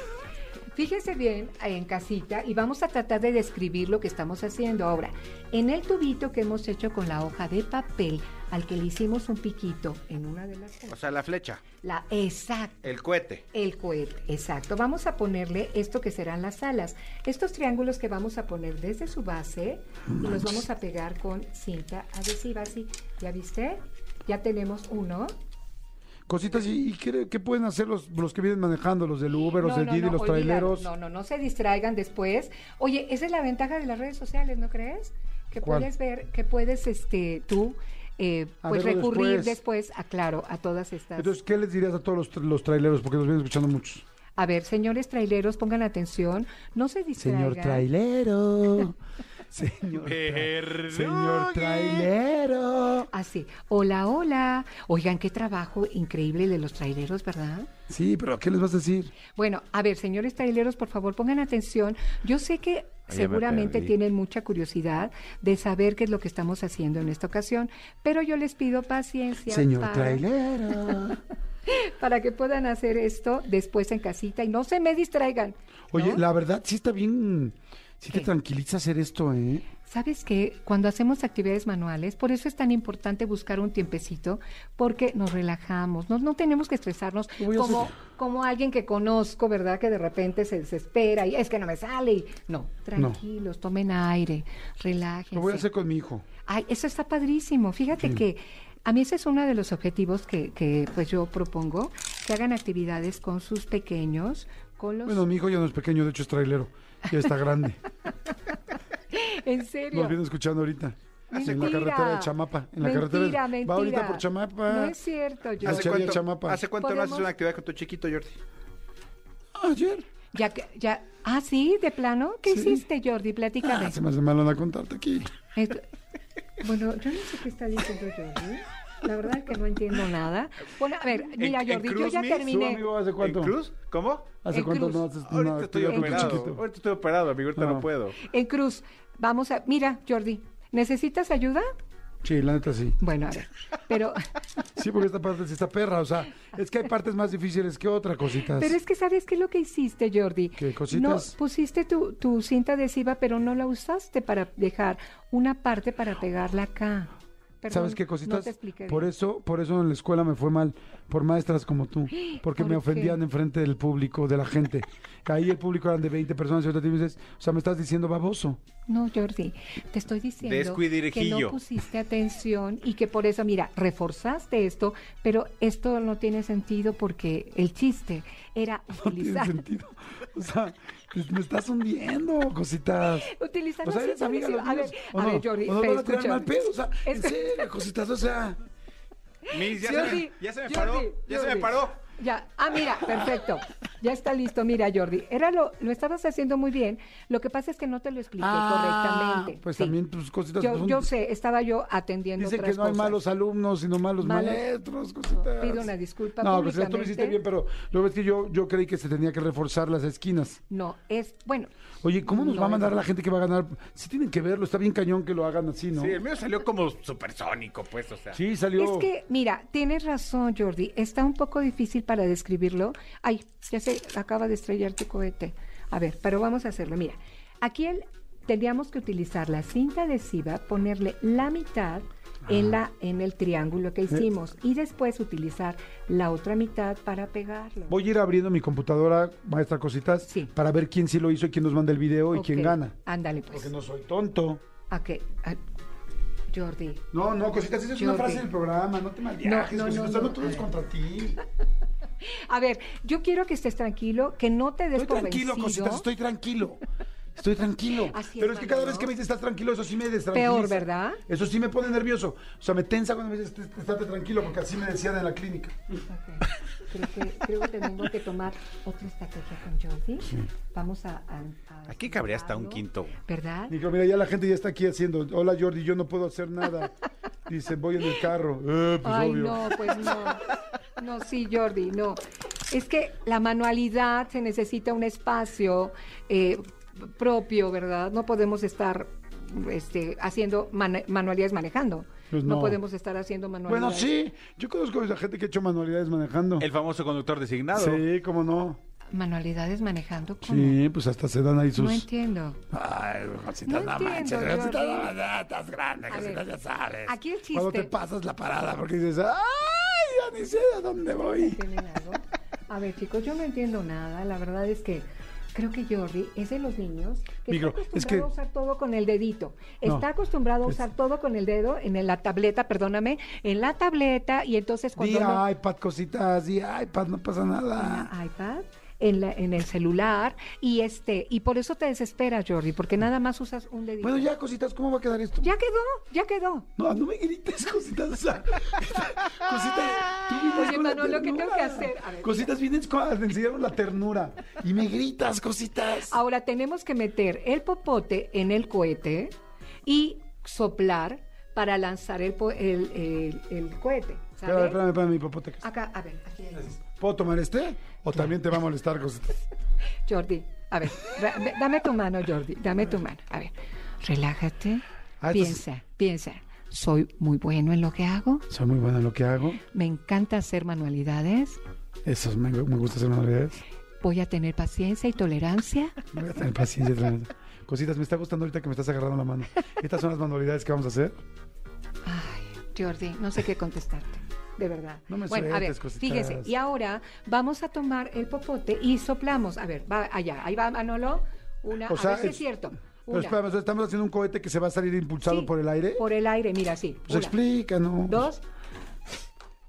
Fíjese bien en casita y vamos a tratar de describir lo que estamos haciendo ahora. En el tubito que hemos hecho con la hoja de papel al que le hicimos un piquito en una de las...
O sea, la flecha,
La exacta.
el cohete.
El cohete, exacto. Vamos a ponerle esto que serán las alas. Estos triángulos que vamos a poner desde su base y los vamos a pegar con cinta adhesiva, así. ¿Ya viste? Ya tenemos uno.
Cositas, ¿y, y qué, qué pueden hacer los, los que vienen manejando? Los del Uber, los del Didi, los
olvídalo.
traileros.
No, no, no se distraigan después. Oye, esa es la ventaja de las redes sociales, ¿no crees? Que
¿Cuál?
puedes ver, que puedes este, tú eh,
A
pues
verlo
recurrir
después.
después, a, claro, a todas estas.
Entonces, ¿qué les dirías a todos los, tra- los traileros? Porque los vienen escuchando muchos.
a ver, señores traileros, pongan atención, no se distraigan.
Señor trailero. [LAUGHS] Señor, tra- señor trailero.
Así, hola, hola. Oigan, qué trabajo increíble de los traileros, ¿verdad?
Sí, pero ¿qué les vas a decir?
Bueno, a ver, señores traileros, por favor, pongan atención. Yo sé que
Ahí ya me
Seguramente
perdí.
tienen mucha curiosidad de saber qué es lo que estamos haciendo en esta ocasión, pero yo les pido paciencia
Señor
para- [LAUGHS]
trailero.
para que puedan hacer esto después en casita y no se me distraigan.
Oye,
¿no?
la verdad sí está bien. Sí te
¿Qué?
tranquiliza hacer esto, ¿eh?
¿Sabes que Cuando hacemos actividades manuales, por eso es tan importante buscar un tiempecito, porque nos relajamos, no, no tenemos que estresarnos
Voy a
como,
hacer-
como alguien que conozco, ¿verdad? Que de repente se desespera y es que no me sale. y- No, tranquilos, tomen aire, relájense.
Lo voy a hacer con mi hijo.
Ay, eso está padrísimo. Fíjate que a mí ese es uno de los objetivos que, que, pues yo propongo, que hagan actividades con sus pequeños, con los...
Bueno, mi hijo ya no es pequeño, de hecho es trailero. Ya está grande.
[LAUGHS] en serio.
Nos viene escuchando ahorita. En la
Mentira.
carretera de Chamapa. En la carretera de-
Mentira, mentira.
Va ahorita por Chamapa.
No es cierto, yo.
Hace-
¿Hace
Nochería
cuánto,
chamapa.
¿Hace cuánto no haces
Podemos-
una actividad con tu chiquito, Jordi?
Ayer.
Ya, que- ya, ah, sí, de plano. ¿Qué
Sí.
hiciste, Jordi? Platícame.
Ah, se me hace mal a contarte aquí.
Esto- Bueno, yo no sé qué está diciendo Jordi. La verdad es que no entiendo nada. Bueno, a ver, mira,
En- en
Jordi, yo
Cruz
ya
Miss,
¿Tú,
terminé.
amigo, hace cuánto?
¿En Cruz? ¿Cómo?
¿Hace
En
cuánto
Cruz.
no haces una
Ahorita estoy
actividad con tu
operado.
chiquito?
Ahorita estoy operado, amigo. Ahorita
Ah.
no puedo.
En Cruz, vamos a. Mira, Jordi, ¿necesitas ayuda?
Sí, la neta sí.
Bueno, a ver, pero,
Sí, porque esta parte sí está perra. O sea, es
[LAUGHS]
que hay partes más difíciles que otra, cositas.
pero es que ¿sabes qué es lo que hiciste, Jordi?
¿Qué cositas?
No, pusiste tu, tu cinta adhesiva, pero no la usaste para dejar una parte para pegarla acá. Perdón,
¿Sabes qué cositas?
No te expliqué
por
bien.
eso, por eso en la escuela me fue mal, por maestras como
[GASPS]
tú, porque
¿Por
me
qué?
ofendían enfrente del público, de la gente.
[LAUGHS]
Ahí el público eran de 20 personas y ahorita dices, o sea, me estás diciendo baboso. [LAUGHS]
No, Jordi, te estoy diciendo que
Descuidirejillo.
no pusiste atención y que por eso, mira, reforzaste esto, pero esto no tiene sentido porque el chiste era
[LAUGHS] No tiene
utilizar,
sentido. O sea, te- me estás hundiendo, cositas.
[LAUGHS] utilizar
O sea,
la
eres
cinta
amiga de los
adhesiva. A ver,
niños. ¿o
a
no?
ver, Jordi,
¿O no
ve,
van a tirar mal
escúchame.
pedo, o
[LAUGHS]
sea, en
Escu-
serio, cositas, o sea.
Miss, ya, se
Jordi,
me, ya se me
Jordi,
paró. Ya se me
Jordi.
paró.
Ya, ah, mira, perfecto. Ya está listo, mira, Jordi. Era lo, lo estabas haciendo muy bien. Lo que pasa es que no te lo expliqué
Ah,
correctamente.
Pues
Sí.
también tus cositas. pues,
Yo,
son-
yo sé, estaba yo atendiendo
Dicen que
otras
no hay
cosas.
malos alumnos, sino malos,
Malos.
maestros, cositas.
Pido una disculpa
No, cositas, tú lo
públicamente.
hiciste bien, pero lo ves que yo, yo creí que se tenía que reforzar las esquinas.
No, es, bueno,
Oye, ¿cómo nos
No,
va a
es-
mandar la gente que va a ganar? Sí tienen que verlo, está bien cañón que lo hagan así, ¿no?
Sí, el mío salió como supersónico, pues, o sea.
Sí, salió.
Es que, mira, tienes razón, Jordi. Está un poco difícil para describirlo. Ay, ya se acaba de estrellar tu cohete. A ver, pero vamos a hacerlo. Mira, aquí el- teníamos que utilizar la cinta adhesiva, ponerle la mitad en, la, en el triángulo
Eh.
que hicimos y después utilizar la otra mitad para pegarlo.
Voy a ir abriendo mi computadora, maestra Cositas,
Sí.
para ver quién sí lo hizo y quién nos manda el video y quién
Ok,
gana.
Ándale, pues.
Porque no soy tonto.
Ok, ah, Jordi.
No, no, Cositas, esa es una
Jordi.
frase del programa, no te malviajes,
No, no,
Cositas,
no,
no,
no, eh.
todo es
a ver.
contra ti.
A ver, yo quiero que estés tranquilo, que no te des
Estoy
por
tranquilo,
vencido.
Cositas, estoy tranquilo. Estoy tranquilo.
[LAUGHS] Así es,
Pero es que cada
Manolo.
vez que me dices estás tranquilo, eso sí me destranquiliza.
Peor, ¿verdad?
Eso sí me pone nervioso. O sea, me tensa cuando me dices "Est- estate tranquilo, porque así me decían en la clínica.
Ok. Creo que, creo que tenemos que tomar otra estrategia con Jordi. Vamos a, a- a
Aquí cabría hasta un
sentarlo,
quinto.
¿Verdad?
Digo, mira, ya la gente ya está aquí haciendo, hola Jordi, yo no puedo hacer
[LAUGHS]
nada. Dice, voy en el carro. Eh, pues
Ay,
obvio.
no, pues no. No, sí, Jordi, no. Es que la manualidad se necesita un espacio eh, propio, ¿verdad? No podemos estar este, haciendo mane- manualidades manejando.
Pues
no.
no.
podemos estar haciendo manualidades.
Bueno, sí, yo conozco a gente que ha hecho manualidades manejando.
El famoso conductor designado.
Sí, cómo no.
Manualidades manejando. ¿cómo?
Sí, pues hasta se dan ahí sus...
No entiendo.
Ay, cositas,
No
no,
entiendo,
manches, cositas,
Jordi.
no manches, estás grande,
ver,
cositas, ya sabes.
aquí el
Cuando te
chiste.
pasas la parada, porque dices, ay, ya ni sé a dónde voy.
¿Tienen algo? A ver, chicos, yo no entiendo nada. La verdad es que creo que Jordi es de los niños que
Micro,
está acostumbrado
es que-
a usar todo con el dedito.
No,
está acostumbrado a
es-
usar todo con el dedo en el- la tableta, perdóname, en la tableta y entonces
Di
cuando uno-
iPad, cositas, di iPad, no pasa
en
nada.
la iPad, en, la- en el celular y este y por eso te desesperas, Jordi, porque nada más usas un dedito.
Bueno, ya, cositas, ¿cómo va a quedar esto?
Ya quedó, ya quedó.
No, no me grites, cositas. O sea, este, cositas, tú vienes
Oye,
con la
Manolo, ¿qué tengo
ternura.
que hacer? A ver,
cositas, vienes con, a enseñarnos la ternura. Y me gritas, cositas.
Ahora tenemos que meter el popote en el cohete y soplar para lanzar el, po- el- el- el cohete. ¿Sabe?
Espérame, espérame, espérame, mi hipoteca.
Acá, a ver, aquí hay.
¿Puedo tomar este? ¿O también te va a molestar con
Jordi, a ver, ra- ve- dame tu mano, Jordi, dame tu mano. A ver, relájate,
Ah, entonces-
piensa, piensa. Soy muy bueno en lo que hago,
Soy muy buena en lo que hago.
me encanta hacer manualidades,
Eso es- me, me gusta hacer manualidades.
voy a tener paciencia y tolerancia.
Voy a tener paciencia. tremenda. Cositas, me está gustando ahorita que me estás agarrando la mano. Estas son las manualidades que vamos a hacer.
Ay, Jordi, no sé qué contestarte. De verdad.
No me
bueno, a ver,
sueltes, cositas.
fíjese. Y ahora vamos a tomar el popote y soplamos. A ver, va allá. Ahí va Manolo. Una.
O sea,
a ver si
es-
es cierto.
Pero
Una.
espérame, o sea, estamos haciendo un cohete que se va a salir impulsado
Sí,
por el aire.
Por el aire, mira, sí.
Pues
Una,
explícanos.
dos.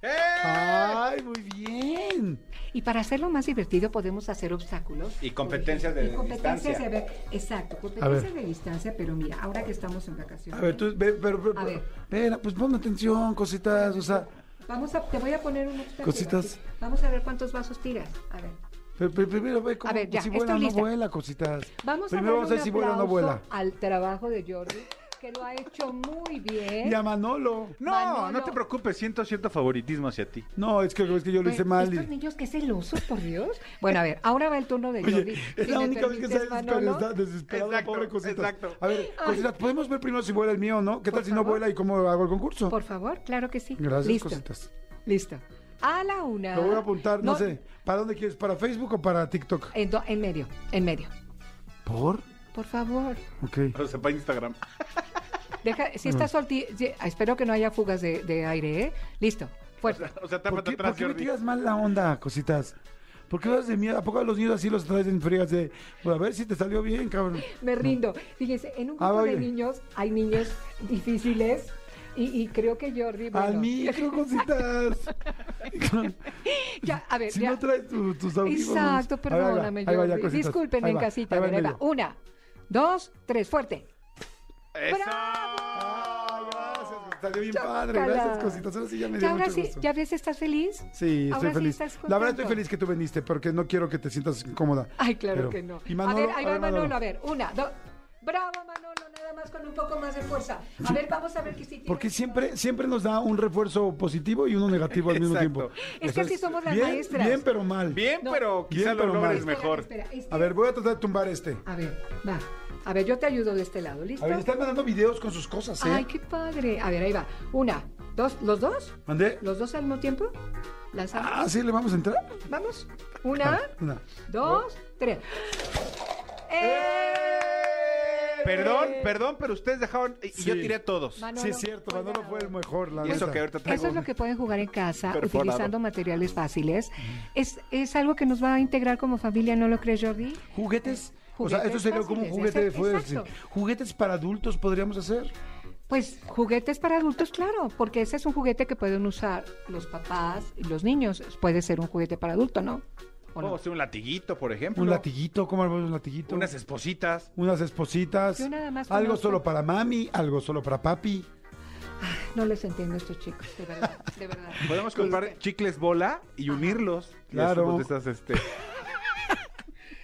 ¡Eh!
Ah, ¡Ay, muy bien!
Y para hacerlo más divertido podemos hacer obstáculos.
Y competencias de
Y competencias
distancia.
de ver- Exacto, competencias de distancia, pero mira, ahora que estamos en vacaciones.
A ver, tú, ve- pero, pero-
A ver.
Espera, pues ponme atención, cositas, o sea,
Vamos a, te voy a poner un obstáculo.
Cositas.
aquí. Vamos a ver cuántos vasos tiras. A ver.
pero- pero primero ve cómo,
A ver, ya,
si vuela o
estoy
no
lista.
vuela, cositas.
Vamos
primero
a
vamos a
darle
ver
un
si vuela o no
aplauso
vuela.
al trabajo de Jordi, que lo ha hecho muy bien.
Y a Manolo.
No,
Manolo.
no te preocupes, siento cierto favoritismo hacia ti.
No, es que, es que yo lo
Bueno,
hice mal. y-
Estos niños que celosos, por Dios. Bueno, a ver, ahora va el turno de Jordi.
Oye,
Si
es la
me
única vez que
permites,
sale
Manolo.
desesperada, desesperada
Exacto,
pobre cositas.
exacto.
A ver, cositas, ¿podemos ver primero si vuela el mío o no? ¿Qué
Por
tal si no
favor.
vuela y cómo hago el concurso?
Por favor, claro que sí.
Gracias,
Listo.
cositas.
Listo. A la una.
Lo voy a apuntar, no,
No,
sé. ¿Para dónde quieres? ¿Para Facebook o para TikTok?
En, do- en medio, en medio.
¿Por?
Por favor.
Ok.
[LAUGHS] O sea, para Instagram.
Deja, si estás solti, si- espero que no haya fugas de, de aire, ¿eh? Listo, fuerte.
O sea,
¿Por
tápate
qué, por
atrás,
qué me
Jordi.
tiras mal la onda, cositas? ¿Por qué vas de miedo? ¿A poco a los niños así los traes en frías de... "Pues, a ver si te salió bien, cabrón.
Me rindo. Fíjense, en un
Ah,
grupo de
oye.
niños hay
[LAUGHS]
niños difíciles y, y creo que Jordi. Bueno,
Al micro, cositas.
[LAUGHS] Ya, a ver,
si
ya.
no traes tu- tus audífonos.
Exacto,
Ahí va, ahí va,
perdóname,
ahí va ya,
Jordi.
cositas.
Disculpen
Ahí
en
va,
casita.
ahí va
a ver, ahí va.
medio.
Una, dos, tres, fuerte.
¡Eso!
Ay, gracias, salió bien
Chócala.
padre. Gracias, cositas. Ahora sí ya me dio
Ya ahora
mucho
sí,
gusto.
ya ves, estás feliz.
Sí,
Ahora
estoy feliz.
estás
la verdad estoy
contento.
feliz que tú viniste, porque no quiero que te sientas incómoda.
Ay, claro
Pero-
que no.
Y Manolo,
a ver, ahí va
a ver,
Manolo. a ver, una, dos. Bravo, Manolo, nada más con un poco más de fuerza. A ver, vamos a ver qué sí tiene.
Porque siempre, siempre nos da un refuerzo positivo y uno negativo al mismo
Exacto.
tiempo.
Es que así somos las
bien,
maestras.
Bien, pero mal.
Bien,
No.
pero
Bien,
quizá
pero
lo logres
mal.
Espera,
mejor.
espera, este-
A ver, voy a tratar de tumbar este.
A ver, va. A ver, yo te ayudo de este lado, ¿listo?
A ver, están mandando videos con sus cosas, ¿eh?
Ay, qué padre. A ver, ahí va. Una, dos, ¿los dos?
¿Mandé?
¿Los dos al mismo tiempo? Lanzamos.
Ah, ¿sí le vamos a entrar?
Vamos. Una,
Ah.
Una.
dos, tres. ¡Eh!
Perdón, perdón, pero ustedes dejaron. Y y yo
Sí.
tiré todos.
Manolo,
sí, es cierto,
fue
Manolo fue
ganador.
el mejor, la
Y eso
neta.
que ahorita traigo.
Eso es lo que pueden jugar en casa
Perforado. Mm.
utilizando materiales fáciles. Es, es algo que nos va a integrar como familia, ¿no lo crees, Jordi?
¿Juguetes? O
Juguetes
sea, esto sería como un
fáciles,
juguete de
exacto,
fuego.
exacto.
sí. ¿Juguetes para adultos podríamos hacer?
Pues juguetes para adultos, claro, porque ese es un juguete que pueden usar los papás y los niños. Puede ser un juguete para adulto, ¿no? ¿O no?
Podemos hacer un latiguito, por ejemplo.
Un latiguito, ¿cómo armamos un latiguito?
Unas espositas.
Unas espositas.
Yo nada más
algo
conozco-
solo para mami, algo solo para papi.
No les entiendo a estos chicos, de verdad,
[LAUGHS]
de verdad.
Podemos comprar chicles bola y unirlos. Y
Claro.
hacemos estas, este,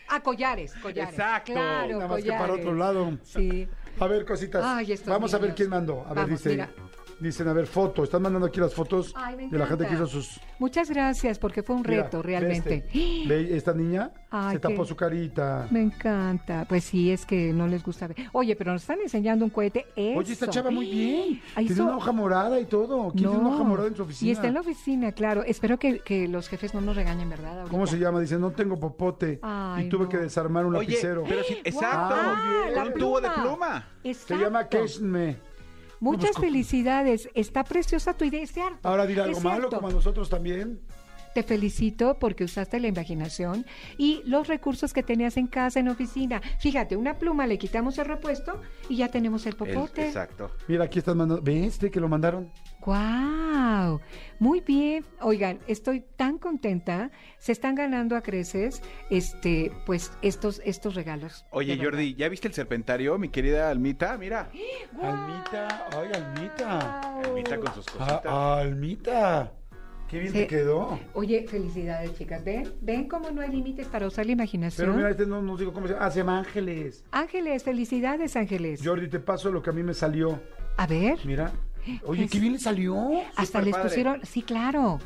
Ah, collares, collares.
Exacto.
Claro,
Nada más que
collares.
para otro lado.
Sí.
A ver, cositas.
Ay, estos
Vamos a ver
niños.
quién mandó. A ver,
Vamos,
dice.
mira.
Dicen, a ver, foto. Están mandando aquí las fotos
Ay, me
de la gente
encanta.
que hizo sus.
Muchas gracias, porque fue un
Mira,
reto,
ve
realmente.
este. Ve, esta niña
Ay,
se tapó
qué-
su carita.
Me encanta. Pues sí, es que no les gusta ver. Oye, pero nos están enseñando un cohete.
Oye, esta
eso.
chava muy bien.
Ahí
Tiene
so-
una hoja morada y todo. ¿Quién tiene una hoja morada en su oficina?
Y está en la oficina, claro. Espero que, que los jefes no nos regañen, ¿verdad? ahorita?
¿Cómo se llama? Dice, no tengo popote.
Ay,
y tuve
no.
que desarmar un
Oye,
lapicero.
pero sí, exacto.
¡Guau!
Ah,
la
un tubo de pluma.
Se
Exacto.
llama Keshme.
Muchas
pues, co-
felicidades. Está preciosa tu idea, es cierto.
Ahora dirá algo
Es
malo,
cierto.
como a nosotros también.
Te felicito porque usaste la imaginación y los recursos que tenías en casa, en oficina. Fíjate, una pluma le quitamos el repuesto y ya tenemos el
El-
popote.
exacto.
Mira, aquí están mandando. ¿Ve este que lo mandaron?
¡Guau! Muy bien. Oigan, estoy tan contenta. Se están ganando a creces este, pues, estos, estos regalos.
Oye,
de
Jordi, ¿ya viste el serpentario, mi querida Almita? Mira.
verdad. ¡Guau!
Almita, ay, Almita.
Almita con sus
Ah,
cositas.
ah, Almita. Qué bien
Sí.
te quedó.
Oye, felicidades, chicas. ¿Ven? ¿Ven cómo no hay límites para usar la imaginación?
Pero mira, este no nos digo cómo se llama. Ah, se llama Ángeles.
Ángeles, felicidades, Ángeles.
Jordi, te paso lo que a mí me salió.
A ver.
Mira, Oye, qué bien le salió.
Hasta les
padre.
pusieron, sí, claro.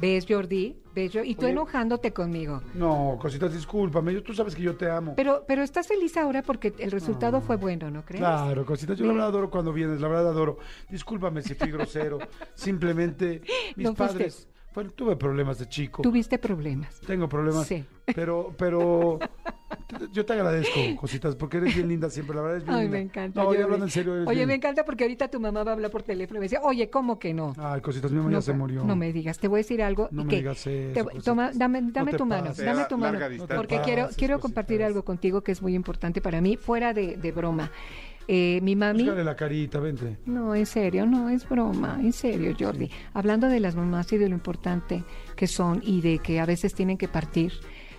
¿Ves, Jordi? ¿Ves, Jordi? Y tú
Oye.
enojándote conmigo.
No, cositas, discúlpame. yo- Tú sabes que yo te amo.
Pero, pero estás feliz ahora porque el resultado fue bueno, ¿no crees?
Claro, cositas, yo la verdad adoro cuando vienes, la verdad adoro. Discúlpame si fui grosero.
[LAUGHS]
Simplemente mis
No fuiste.
padres. Bueno, tuve problemas de chico.
Tuviste problemas.
Tengo problemas.
Sí.
Pero, pero [LAUGHS] te- yo te agradezco, cositas, porque eres bien linda siempre. La verdad es bien
Ay,
linda.
me encanta.
No,
Jordi.
yo hablando en serio. eres
Oye,
bien-
me encanta porque ahorita tu mamá va a hablar por teléfono y me dice, oye, ¿cómo que no?
Ay, cositas, mi mamá
no,
ya se murió.
no me digas, te voy a decir algo.
No
y
me
que
digas eso,
te voy-
cosita.
toma, dame
No
dame
te
tu mano,
pases.
dame tu
Larga
mano.
distancia.
Porque
No te
quiero,
pases,
quiero
cosita.
compartir algo contigo que es muy importante para mí, fuera de, de broma. Eh, mi mami...
Búscale la carita, vente.
No, en serio, no es broma, en serio, Jordi. Hablando de las mamás y de lo importante que son y de que a veces tienen que partir,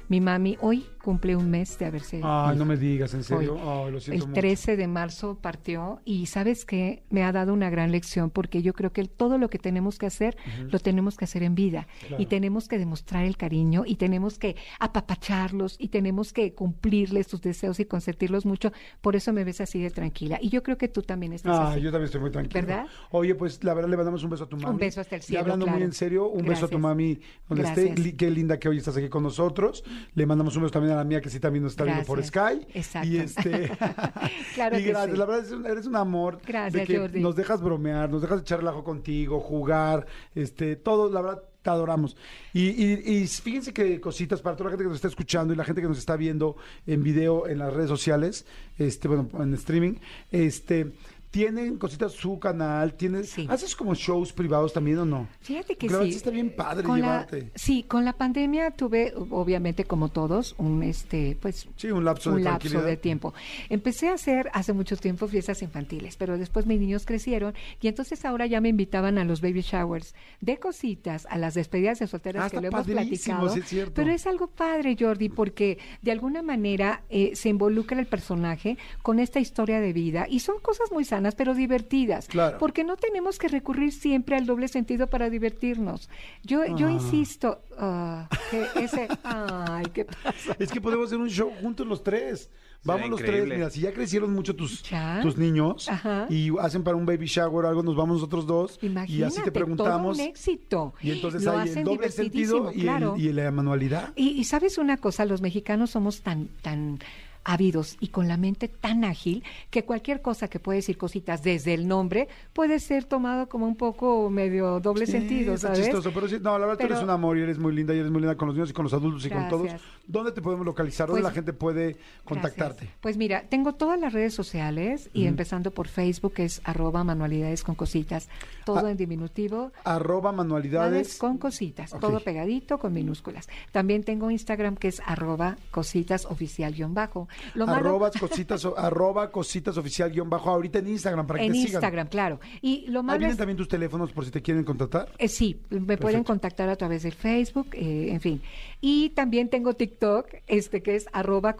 mi mami hoy cumple un mes de haberse.
Ay,
ido.
Ah, no me digas, en serio.
Hoy.
Ay, lo siento
el
mucho.
13 de marzo partió y sabes que me ha dado una gran lección porque yo creo que todo lo que tenemos que hacer lo tenemos que hacer en vida
Claro.
y tenemos que demostrar el cariño y tenemos que apapacharlos y tenemos que cumplirles sus deseos y consentirlos mucho. Por eso me ves así de tranquila y yo creo que tú también estás
Ah,
así.
yo también estoy muy tranquilo.
¿Verdad?
Oye, pues la verdad le mandamos un beso a tu mami.
Un beso hasta el
Y
cielo,
hablando muy
claro.
en serio, un beso a tu
Gracias.
mami donde
Gracias.
esté. Li- Qué linda que hoy estás aquí con nosotros. Le mandamos un beso también a la mía que sí también nos está viendo por
Gracias.
Sky.
Exacto.
Y este
[LAUGHS]
[LAUGHS]
Claro
y
que
gracias,
sí.
la verdad es un- eres un amor de
Gracias,
que
Jordi.
nos dejas bromear, nos dejas echar relajo contigo, jugar, este, todo, la verdad te adoramos. Y, y- y fíjense que cositas para toda la gente que nos está escuchando y la gente que nos está viendo en video en las redes sociales, este, bueno, en streaming, este, tienen cositas su canal, tienes,
Sí.
haces como shows privados también o no?
Fíjate
Porque
que
la verdad
sí.
está bien padre
Con la-
llevarte.
sí, con la pandemia tuve, obviamente, como todos, un este, pues.
Sí, un lapso de
un lapso
tranquilidad.
de tiempo. Empecé a hacer hace mucho tiempo fiestas infantiles, pero después mis niños crecieron y entonces ahora ya me invitaban a los baby showers de cositas, a las despedidas de solteras
Ah,
que
está
lo hemos
padrísimo,
platicado.
sí es cierto.
Pero es algo padre, Jordi, porque de alguna manera eh, se involucra el personaje con esta historia de vida y son cosas muy sanas, pero divertidas.
Claro.
Porque porque no tenemos que recurrir siempre al doble sentido para divertirnos. Yo, yo
Ah.
insisto, ah, que ese, ay, ¿qué pasa?
[LAUGHS] Es que podemos hacer un show juntos los tres. Vamos los tres,
increíble.
mira, si ya crecieron mucho tus,
Ya.
tus niños
Ajá.
y hacen para un baby shower o algo, nos vamos nosotros dos y
Imagínate,
así te
todo
preguntamos.
un éxito.
Y entonces
Lo
hay el
hacen
doble sentido
divertidísimo,
y,
claro.
el, y la manualidad.
Y, y sabes una cosa, los mexicanos somos tan, tan ávidos y con la mente tan ágil que cualquier cosa que puede decir cositas desde el nombre puede ser tomado como un poco medio doble
Sí,
sentido,
está
¿sabes?
chistoso, pero sí, no, la verdad tú
Pero-
eres un amor y eres muy linda y eres muy linda con los niños y con los adultos y con todos.
Gracias.
¿Dónde te podemos localizar? ¿Dónde
Pues-
la gente puede contactarte?
Gracias. Pues mira, tengo todas las redes sociales y empezando por Facebook que es arroba manualidades con cositas, todo
Ah,
en diminutivo.
Arroba manualidades.
Manualidades con cositas,
Ok.
todo pegadito con minúsculas. También tengo Instagram que es arroba cositas oficial guión bajo. Lo malo-
Arrobas cositas, o- [LAUGHS] arroba cositas oficial guión bajo ahorita en Instagram para que
en
te sigan.
Instagram, claro. Y lo
Ahí
malo
vienen
es
también tus teléfonos por si te quieren contratar.
Eh, sí, me pueden contactar a través del Facebook, eh, en fin. Y también tengo TikTok, este que es arroba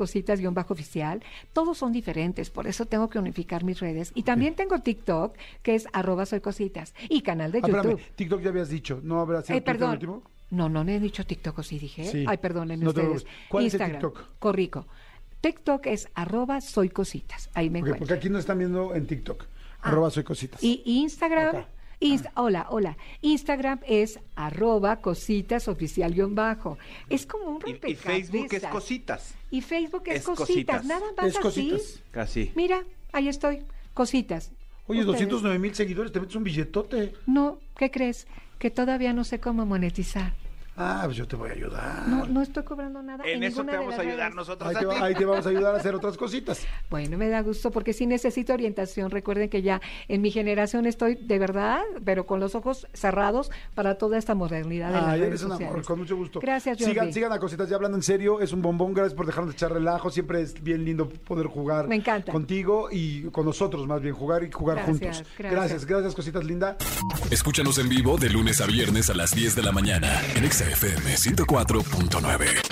cositas-oficial. Todos son diferentes, por eso tengo que unificar mis redes. Y también tengo TikTok, que es arroba soy cositas. Y canal de
Ah, espérame,
YouTube.
TikTok ya habías dicho, ¿no habrá sido
Eh,
Twitter
perdón.
el último?
No, no le he dicho TikTok o sí dije.
Sí.
Ay, perdonen
No te
ustedes.
preocupes. ¿Cuál es el TikTok?
Corrico. TikTok es arroba soy cositas. Ahí me
Ok,
encuentro.
porque aquí nos están viendo en TikTok.
Ah.
Arroba soy cositas.
Y Instagram.
Acá. Ah.
inst- hola, hola. Instagram es arroba cositas oficial guión bajo. Es como un
Y- Y,
rompecabezas.
Facebook es cositas.
Y Facebook es,
es
cositas.
cositas.
Nada más
Es
así.
cositas.
Casi.
Mira, ahí estoy. Cositas.
Oye,
Ustedes.
209 mil seguidores, te metes un billetote.
No, ¿qué crees? Que todavía no sé cómo monetizar.
Ah, pues yo te voy a ayudar.
No, no estoy cobrando nada.
Ah. En eso te
ninguna de
vamos
las
a ayudar
redes.
nosotros
Ahí
a
te, va-
ti.
ahí te vamos a ayudar a hacer otras
[LAUGHS]
cositas.
Bueno, me da gusto porque sí necesito orientación. Recuerden que ya en mi generación estoy de verdad, pero con los ojos cerrados para toda esta modernidad de las
Ay,
redes
eres un amor,
sociales.
con mucho gusto.
Gracias, Jordi.
Sigan, sigan a cositas, ya hablando en serio, es un bombón, gracias por dejarnos echar relajo, siempre es bien lindo poder jugar
Me encanta.
contigo y con nosotros más bien, jugar y jugar
Gracias,
juntos.
gracias.
gracias, gracias, cositas linda.
Escúchanos en vivo de lunes a viernes a las 10 de la mañana en Exa FM 104.9.